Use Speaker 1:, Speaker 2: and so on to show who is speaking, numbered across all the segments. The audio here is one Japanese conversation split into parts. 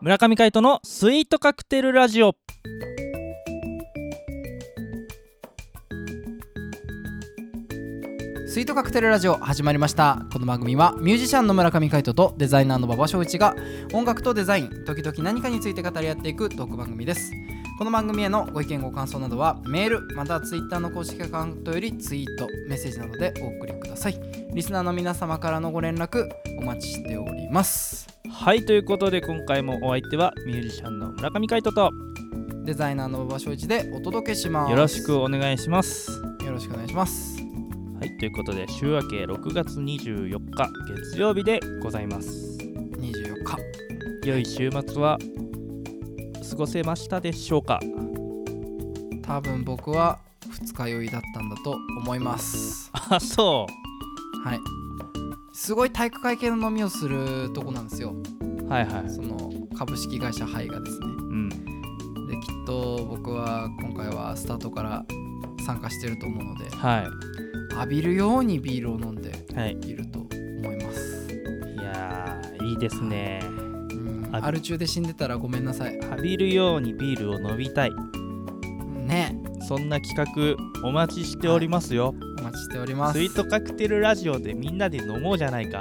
Speaker 1: 村上海人のスイートカクテルラジオ
Speaker 2: スイートカクテルラジオ始まりましたこの番組はミュージシャンの村上海人とデザイナーの馬場翔一が音楽とデザイン時々何かについて語り合っていくトーク番組ですこの番組へのご意見ご感想などはメールまたはツイッターの公式アカウントよりツイートメッセージなどでお送りくださいリスナーの皆様からのご連絡お待ちしております
Speaker 1: はいということで今回もお相手はミュージシャンの村上海人と
Speaker 2: デザイナーの馬場翔一でお届けします
Speaker 1: よろしくお願いします
Speaker 2: よろしくお願いします
Speaker 1: はいということで週明け6月24日月曜日でございます
Speaker 2: 24日
Speaker 1: 良い週末は過ごせましたでしょうか
Speaker 2: 多分僕は二日酔いだったんだと思います
Speaker 1: あそ
Speaker 2: はいすごい体育会系の飲みをするとこなんですよ
Speaker 1: うはいはい
Speaker 2: その株式会社ハイがですね
Speaker 1: うん
Speaker 2: できっと僕は今回はスタートから参加してると思うので
Speaker 1: は
Speaker 2: 浴びるようにビールを飲んで
Speaker 1: いはい
Speaker 2: いると思います
Speaker 1: いやーいいですね
Speaker 2: うん
Speaker 1: あ
Speaker 2: アル中で死んでたらごめんなさい
Speaker 1: 浴びるようにビールを飲みたい
Speaker 2: ね
Speaker 1: そんな企画お待ちしておりますよ、
Speaker 2: お待ちしております
Speaker 1: スイートカクテルラジオでみんなで飲もうじゃないか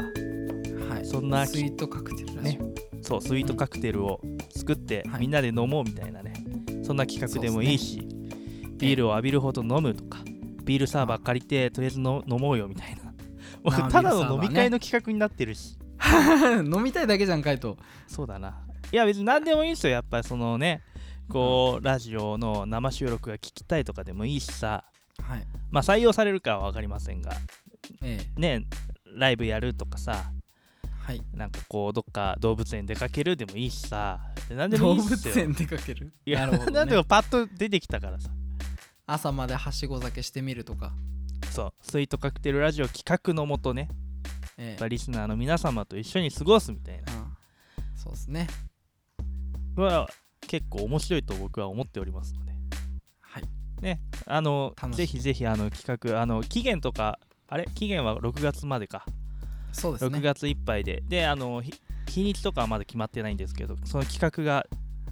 Speaker 2: はい
Speaker 1: そんな
Speaker 2: スイートカクテルラジオ、
Speaker 1: そうスイートカクテルを作って
Speaker 2: はい
Speaker 1: みんなで飲もうみたいなね、そんな企画でもいいし、ビールを浴びるほど飲むとかビールサーバー借りてとりあえずの飲もうよみたい なも
Speaker 2: まあ
Speaker 1: うただ
Speaker 2: ビールサー
Speaker 1: の飲
Speaker 2: バーね
Speaker 1: み会の企画になってるし、
Speaker 2: 飲みたいだけじゃんかいと
Speaker 1: そうだないや別に何でもいいんですよやっぱりそのねこうラジオの生収録が聞きたいとかでもいいしさ
Speaker 2: はい
Speaker 1: まあ採用されるかは分かりませんが
Speaker 2: ええ
Speaker 1: ねライブやるとかさ
Speaker 2: はい
Speaker 1: なんかこうどっか動物園出かけるでもいいしさ何でも
Speaker 2: 動
Speaker 1: いいっすよ
Speaker 2: 物園出かける
Speaker 1: いや
Speaker 2: なるほ
Speaker 1: なん
Speaker 2: ど、
Speaker 1: で
Speaker 2: ね
Speaker 1: も、パッと出てきたからさ
Speaker 2: 朝まではしご酒してみるとか、
Speaker 1: そうスイートカクテルラジオ企画のもとね
Speaker 2: え
Speaker 1: リスナーの皆様と一緒に過ごすみたい
Speaker 2: えうん、そうですね
Speaker 1: なは結構面白いと僕は思っておりますので
Speaker 2: はい
Speaker 1: ねあの
Speaker 2: 楽しい
Speaker 1: ぜひぜひあの企画あの期限とかあれ期限は6月までか
Speaker 2: そうです
Speaker 1: 6
Speaker 2: ね
Speaker 1: 月いっぱいでであのひ日にちとかはまだ決まってないんですけどその企画が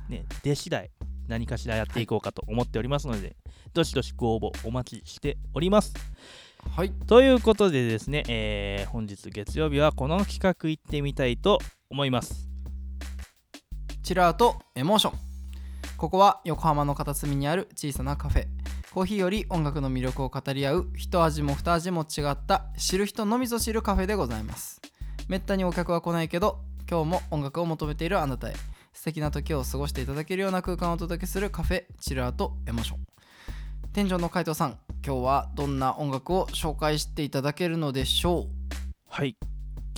Speaker 1: ね出次第何かしらやっていこうかと思っておりますので、どしどしご応募お待ちしております
Speaker 2: はい
Speaker 1: ということでですね、えー本日月曜日はこの企画行ってみたいと思います
Speaker 2: チラートエモーションここは横浜の片隅にある小さなカフェコーヒーより音楽の魅力を語り合う一味も二味も違った知る人のみぞ知るカフェでございますめったにお客は来ないけど今日も音楽を求めているあなたへ素敵な時を過ごしていただけるような空間をお届けするカフェチラートエモーション店長の海藤さん今日はどんな音楽を紹介していただけるのでしょ
Speaker 1: はい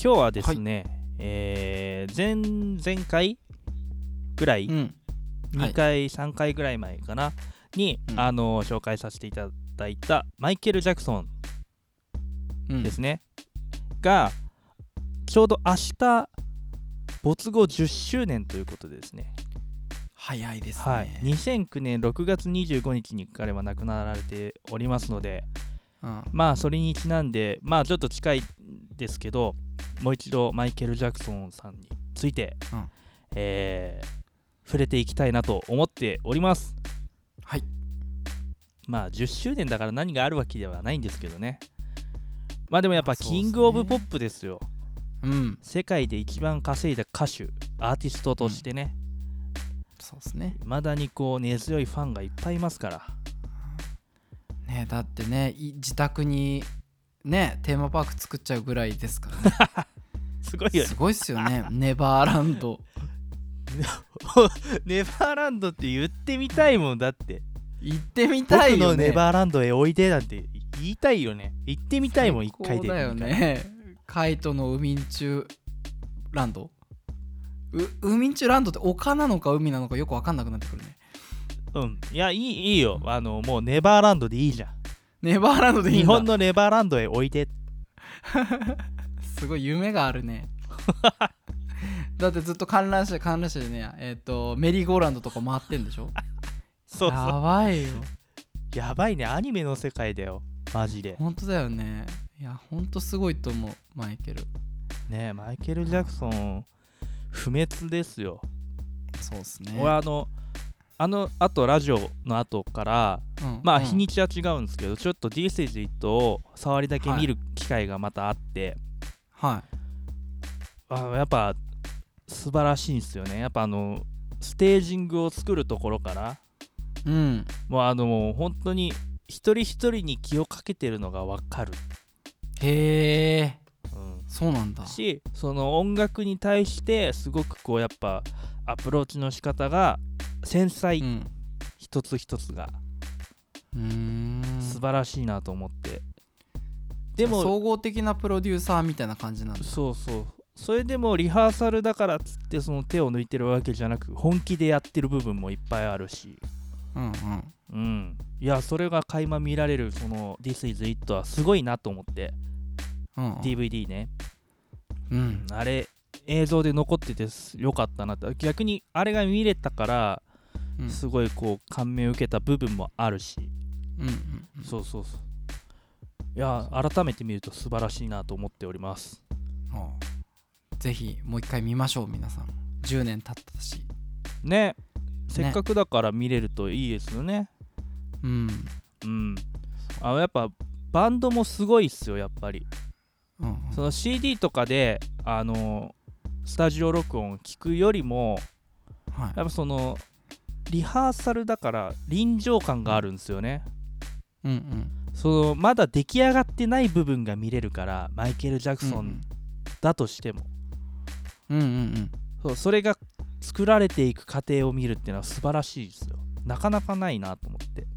Speaker 1: 今日はですね、えー前々回ぐらい、
Speaker 2: ううんはい
Speaker 1: 2回3回ぐらい前かなに、
Speaker 2: うん
Speaker 1: あの紹介させていただいたマイケル・ジャクソン
Speaker 2: うん
Speaker 1: ですね、がちょうど明日没後10周年ということでですね
Speaker 2: 早いですね、
Speaker 1: はい、2009年6月25日に彼は亡くなられておりますので
Speaker 2: うん、
Speaker 1: まあそれにちなんでまあちょっと近いですけどもう一度マイケル・ジャクソンさんについて、
Speaker 2: うん
Speaker 1: えー触れていきたいなと思っております
Speaker 2: はい
Speaker 1: まあ10周年だから何があるわけではないんですけどねまあでもやっぱ
Speaker 2: そうっすね
Speaker 1: キング・オブ・ポップですよ
Speaker 2: うん
Speaker 1: 世界で一番稼いだ歌手アーティストとしてね
Speaker 2: そうですね
Speaker 1: 未だにこう根強いファンがいっぱいいますから
Speaker 2: ねだってねい自宅にねテーマパーク作っちゃうぐらいですから、
Speaker 1: すごい
Speaker 2: ね、
Speaker 1: よね
Speaker 2: すごいっす よねネバーランド
Speaker 1: ネバーランドって言ってみたいもんだって
Speaker 2: 行ってみ
Speaker 1: 僕
Speaker 2: たいよ
Speaker 1: の
Speaker 2: ね
Speaker 1: ネバーランドへおいでなんて言いたいよね行ってみたいもん一回
Speaker 2: こう
Speaker 1: で
Speaker 2: だよねカイトの海ん中ランドう海ん中ランドって丘なのか海なのかよく分かんなくなってくるね
Speaker 1: うんいやいいいいよあのもうネバーランドでいいじゃん
Speaker 2: ネバーランドでいい
Speaker 1: 日
Speaker 2: んだ
Speaker 1: 本のネバーランドへおいです
Speaker 2: ごい夢があるね だってずっと観覧車観覧車でねえっ、とメリーゴーランドとか回ってんでしょ
Speaker 1: そうそう
Speaker 2: やばいよ
Speaker 1: やばいねアニメの世界だよマジで
Speaker 2: 本当だよねいや本当すごいと思うマイケル
Speaker 1: ねマイケル・ジャクソン不滅ですよ、
Speaker 2: そうですね
Speaker 1: 俺あのあのあとラジオの後から
Speaker 2: うん
Speaker 1: まあ
Speaker 2: うん
Speaker 1: 日にちは違うんですけど、ちょっと d ス g を触りだけ見る機会がまたあって、
Speaker 2: は
Speaker 1: あやっぱ素晴らしいんですよねやっぱあのステージングを作るところから
Speaker 2: いうん
Speaker 1: もうあのもう本当に一人一人に気をかけてるのが分かる、
Speaker 2: へえ
Speaker 1: うん
Speaker 2: そうなんだ
Speaker 1: しその音楽に対してすごくこうやっぱアプローチの仕方が繊細、
Speaker 2: うん
Speaker 1: 一つ一つが
Speaker 2: うーん
Speaker 1: 素晴らしいなと思って、でも
Speaker 2: 総合的なプロデューサーみたいな感じなんだ
Speaker 1: そうそうそれでもリハーサルだからっつってその手を抜いてるわけじゃなく本気でやってる部分もいっぱいあるし
Speaker 2: うんうん
Speaker 1: うんいやそれが垣間見られるその「This is It」はすごいなと思って、
Speaker 2: うんうん
Speaker 1: DVD ね、
Speaker 2: うん
Speaker 1: あれ映像で残っててすよかったなって逆にあれが見れたから
Speaker 2: うん
Speaker 1: すごいこう感銘を受けた部分もあるし、
Speaker 2: うんうんうん
Speaker 1: そうそうそういや改めて見ると素晴らしいなと思っております
Speaker 2: ああぜひもう一回見ましょう皆さん10年経ったし
Speaker 1: ねせっかくだから見れるといいですよね
Speaker 2: うん
Speaker 1: うんあのやっぱバンドもすごいっすよやっぱり
Speaker 2: うんうん
Speaker 1: その CD とかであのスタジオ録音聞くよりも
Speaker 2: はい
Speaker 1: やっぱそのリハーサルだから臨場感があるんですよね
Speaker 2: うんうん
Speaker 1: そのまだ出来上がってない部分が見れるからマイケル・ジャクソンだとしても、
Speaker 2: うんうんうん
Speaker 1: そうそれが作られていく過程を見るっていうのは素晴らしいですよなかなかないなと思って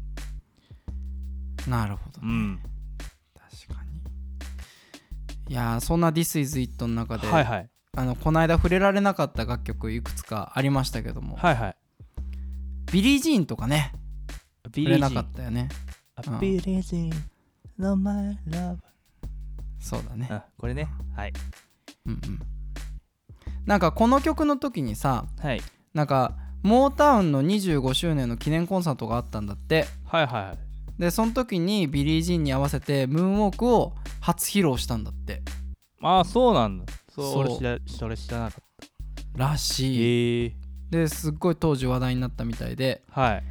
Speaker 2: うんなるほど
Speaker 1: うん
Speaker 2: 確かにいやーそんな「This is It」の中で、
Speaker 1: はいはい
Speaker 2: あのこの間触れられなかった楽曲いくつかありましたけども、
Speaker 1: はいはい
Speaker 2: ビリー・ジーンとかね
Speaker 1: ビリ
Speaker 2: 触れ
Speaker 1: ー
Speaker 2: な
Speaker 1: ジー
Speaker 2: か
Speaker 1: ン
Speaker 2: ったよねうん
Speaker 1: あビリージーン No my love
Speaker 2: そうだね
Speaker 1: あこれねはい
Speaker 2: うんうんなんかこの曲の時にさ
Speaker 1: はい
Speaker 2: なんかモータウンの25周年の記念コンサートがあったんだって
Speaker 1: はいはいはい
Speaker 2: でその時にビリー・ジーンに合わせてムーンウォークを初披露したんだって
Speaker 1: ああそうなんだそう
Speaker 2: そう
Speaker 1: 俺知らそれ知らなかった
Speaker 2: ら
Speaker 1: へ
Speaker 2: しい
Speaker 1: え
Speaker 2: ですっごい当時話題になったみたいで
Speaker 1: はい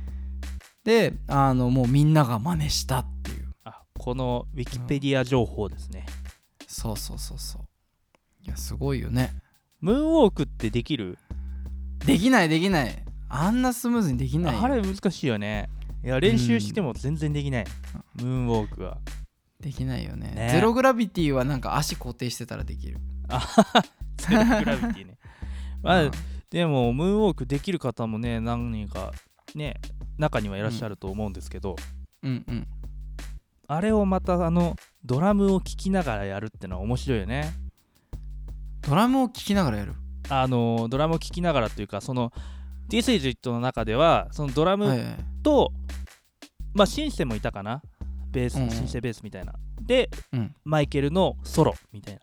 Speaker 2: であのもうみんなが真似したっていう
Speaker 1: あこのウィキペディア情報ですね、
Speaker 2: そうそうそうそういやすごいよね
Speaker 1: ムーンウォークってできる
Speaker 2: できないできないあんなスムーズにできないよ
Speaker 1: あれ難しいよねいや練習しても全然できない、ムーンウォークは
Speaker 2: できないよね
Speaker 1: ね
Speaker 2: ゼログラビティはなんか足固定してたらできる
Speaker 1: あははゼログラビテ ィねまあ、
Speaker 2: うん
Speaker 1: でもムーンウォークできる方もね何人かね中にはいらっしゃると思うんですけど、
Speaker 2: うんうん
Speaker 1: あれをまたあのドラムを聴きながらやるってのは面白いよね
Speaker 2: ドラムを聴きながらやる
Speaker 1: あのドラムを聴きながらというかその This is it の中ではそのドラム
Speaker 2: はいはい
Speaker 1: と、まあシンセもいたかなベース、
Speaker 2: うんうん
Speaker 1: シンセベースみたいなで、
Speaker 2: うん
Speaker 1: マイケルのソロみたい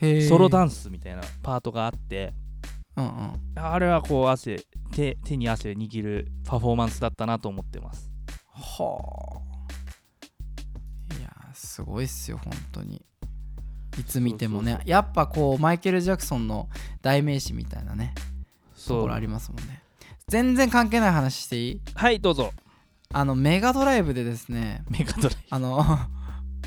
Speaker 2: へ
Speaker 1: なソロダ
Speaker 2: ン
Speaker 1: ンスみたいなパートがあって
Speaker 2: うんうん
Speaker 1: あれはこう汗手手に汗握るパフォーマンスだったなと思ってます
Speaker 2: はあいやーすごいっすよ本当にいつ見てもね
Speaker 1: そうそう
Speaker 2: やっぱこうマイケル・ジャクソンの代名詞みたいなねと
Speaker 1: そ
Speaker 2: ころありますもんね全然関係ない話していい
Speaker 1: はいどうぞ
Speaker 2: あのメガドライブでですね
Speaker 1: メガドライ
Speaker 2: あの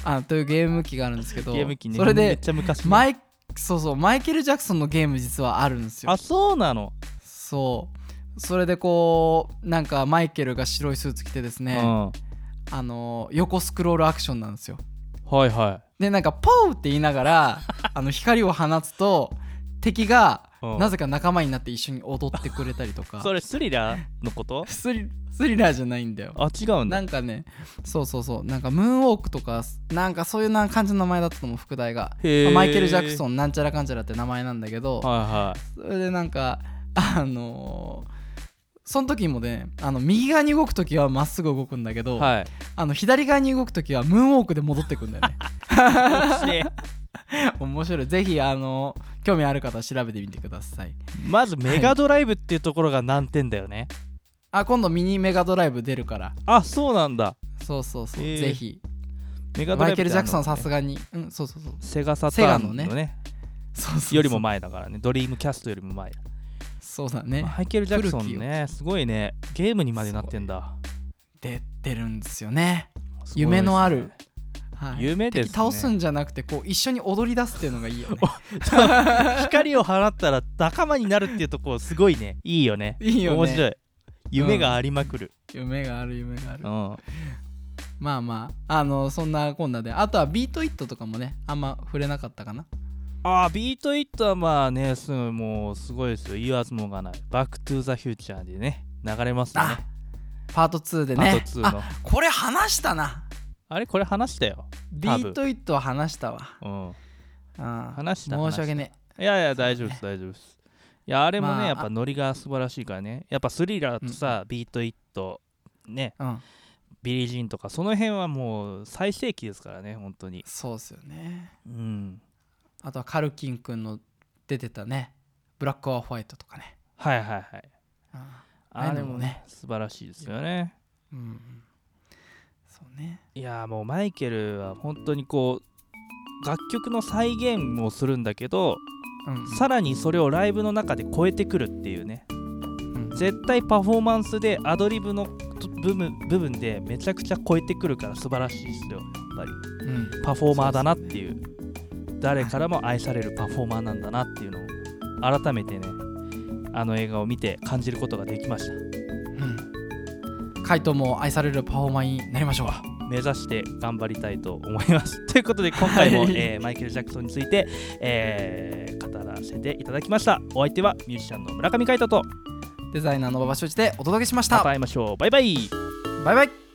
Speaker 2: あというゲーム機があるんですけど
Speaker 1: ブゲーム機ね
Speaker 2: それ
Speaker 1: めっ
Speaker 2: で
Speaker 1: ちゃ昔の
Speaker 2: マイそうそうマイケル・ジャクソンのゲーム実はあるんですよ
Speaker 1: あそうなの、
Speaker 2: そうそれでこうなんかマイケルが白いスーツ着てですね、あの横スクロールアクションなんですよ
Speaker 1: うんはいは
Speaker 2: でなんか「ポー!」って言いながら あの光を放つと敵が
Speaker 1: うん
Speaker 2: なぜか仲間になって一緒に踊ってくれたりとか
Speaker 1: いそれスリラーのこと
Speaker 2: スリスリラーじゃないんだよ
Speaker 1: あ違うんだ
Speaker 2: なんかねそうそうそうなんかムーンウォークとかなんかそういうな感じの名前だったと思う副題が
Speaker 1: へー
Speaker 2: マイケル・ジャクソンなんちゃらかんちゃらって名前なんだけど
Speaker 1: は
Speaker 2: それでなんかあのーその時もねあの右側に動く時はまっすぐ動くんだけ
Speaker 1: い
Speaker 2: ど、
Speaker 1: はい
Speaker 2: あの左側に動く時はムーンウォークで戻ってくんだよ ね
Speaker 1: はい
Speaker 2: 面白いぜひあの興味ある方は調べてみてください
Speaker 1: まずメガドライブっていうところが難点だよね、
Speaker 2: あ今度ミニメガドライブ出るから
Speaker 1: あそうなんだ
Speaker 2: そうそうそう、
Speaker 1: へー
Speaker 2: ぜひ
Speaker 1: メガド
Speaker 2: マ
Speaker 1: ライブ
Speaker 2: イケル・ジャクソンさす
Speaker 1: が
Speaker 2: がに、うん、そうそうそう
Speaker 1: セガサターンのね
Speaker 2: セガのそうそうそう
Speaker 1: よりも前だからねドリームキャストよりも前
Speaker 2: そうだね、
Speaker 1: マイケル・ジャクソン
Speaker 2: 古
Speaker 1: ねすごいねゲームにまでなってんだ
Speaker 2: 出てるんですよね
Speaker 1: すごいですね
Speaker 2: 夢のある、はい、
Speaker 1: 夢ですね
Speaker 2: 敵倒 すんじゃなくてこう一緒に踊り出すっていうのがいいよね
Speaker 1: 光を放ったら仲間になるっていうとこすごいねいいよね
Speaker 2: いいよね
Speaker 1: 面白い夢がありまくる、
Speaker 2: 夢がある夢がある
Speaker 1: うん
Speaker 2: まあまああのそんなこんなであとはビートイットとかもねあんま触れなかったかな
Speaker 1: ああビートイットはまあねすごいもうすごいですよ言わずもがないバックトゥーザフューチャーでね流れますね
Speaker 2: あパート2で
Speaker 1: パー
Speaker 2: ね
Speaker 1: ト2のあ
Speaker 2: あこれ話したな
Speaker 1: れこれ話したよ
Speaker 2: ビ
Speaker 1: 多分
Speaker 2: ートイットは話したわ
Speaker 1: うん
Speaker 2: あ
Speaker 1: 話した
Speaker 2: 申し訳ね
Speaker 1: いやいや大丈夫です大丈夫ですいやあれもね、
Speaker 2: まあ
Speaker 1: やっぱノリが素晴らしいからねやっぱスリラーとさ、ビートイットね
Speaker 2: えうん
Speaker 1: ビリー・ジンとかその辺はもう最盛期ですからね本当に
Speaker 2: そうっすよね
Speaker 1: うん
Speaker 2: あとはカルキンくんの出てたねブラック・オア・ホワイトとかね
Speaker 1: はいはいはい
Speaker 2: うんああい
Speaker 1: あ
Speaker 2: う
Speaker 1: れ
Speaker 2: の
Speaker 1: も
Speaker 2: もね
Speaker 1: ね素晴らしいですよね
Speaker 2: うんそうね
Speaker 1: いやーもうマイケルは本当にこう楽曲の再現をするんだけど
Speaker 2: うん
Speaker 1: さらにそれをライブの中で超えてくるっていうね
Speaker 2: うん
Speaker 1: 絶対パフォーマンスでアドリブの部分部分でめちゃくちゃ超えてくるから素晴らしいですよやっぱり
Speaker 2: うん
Speaker 1: パフォーマーだなっていう誰からも愛されるパフォーマーなんだなっていうのを改めてねあの映画を見て感じることができました
Speaker 2: うんカイトも愛されるパフォーマーになりましょう
Speaker 1: 目指して頑張りたいと思います。 ということで今回も、
Speaker 2: はい
Speaker 1: えーマイケル・ジャクソンについて、えー語らせていただきました。お相手はミュージシャンの村上海人と
Speaker 2: デザイナーの馬場所一でお届けしました
Speaker 1: また会いましょう。バイバイ
Speaker 2: バイバイ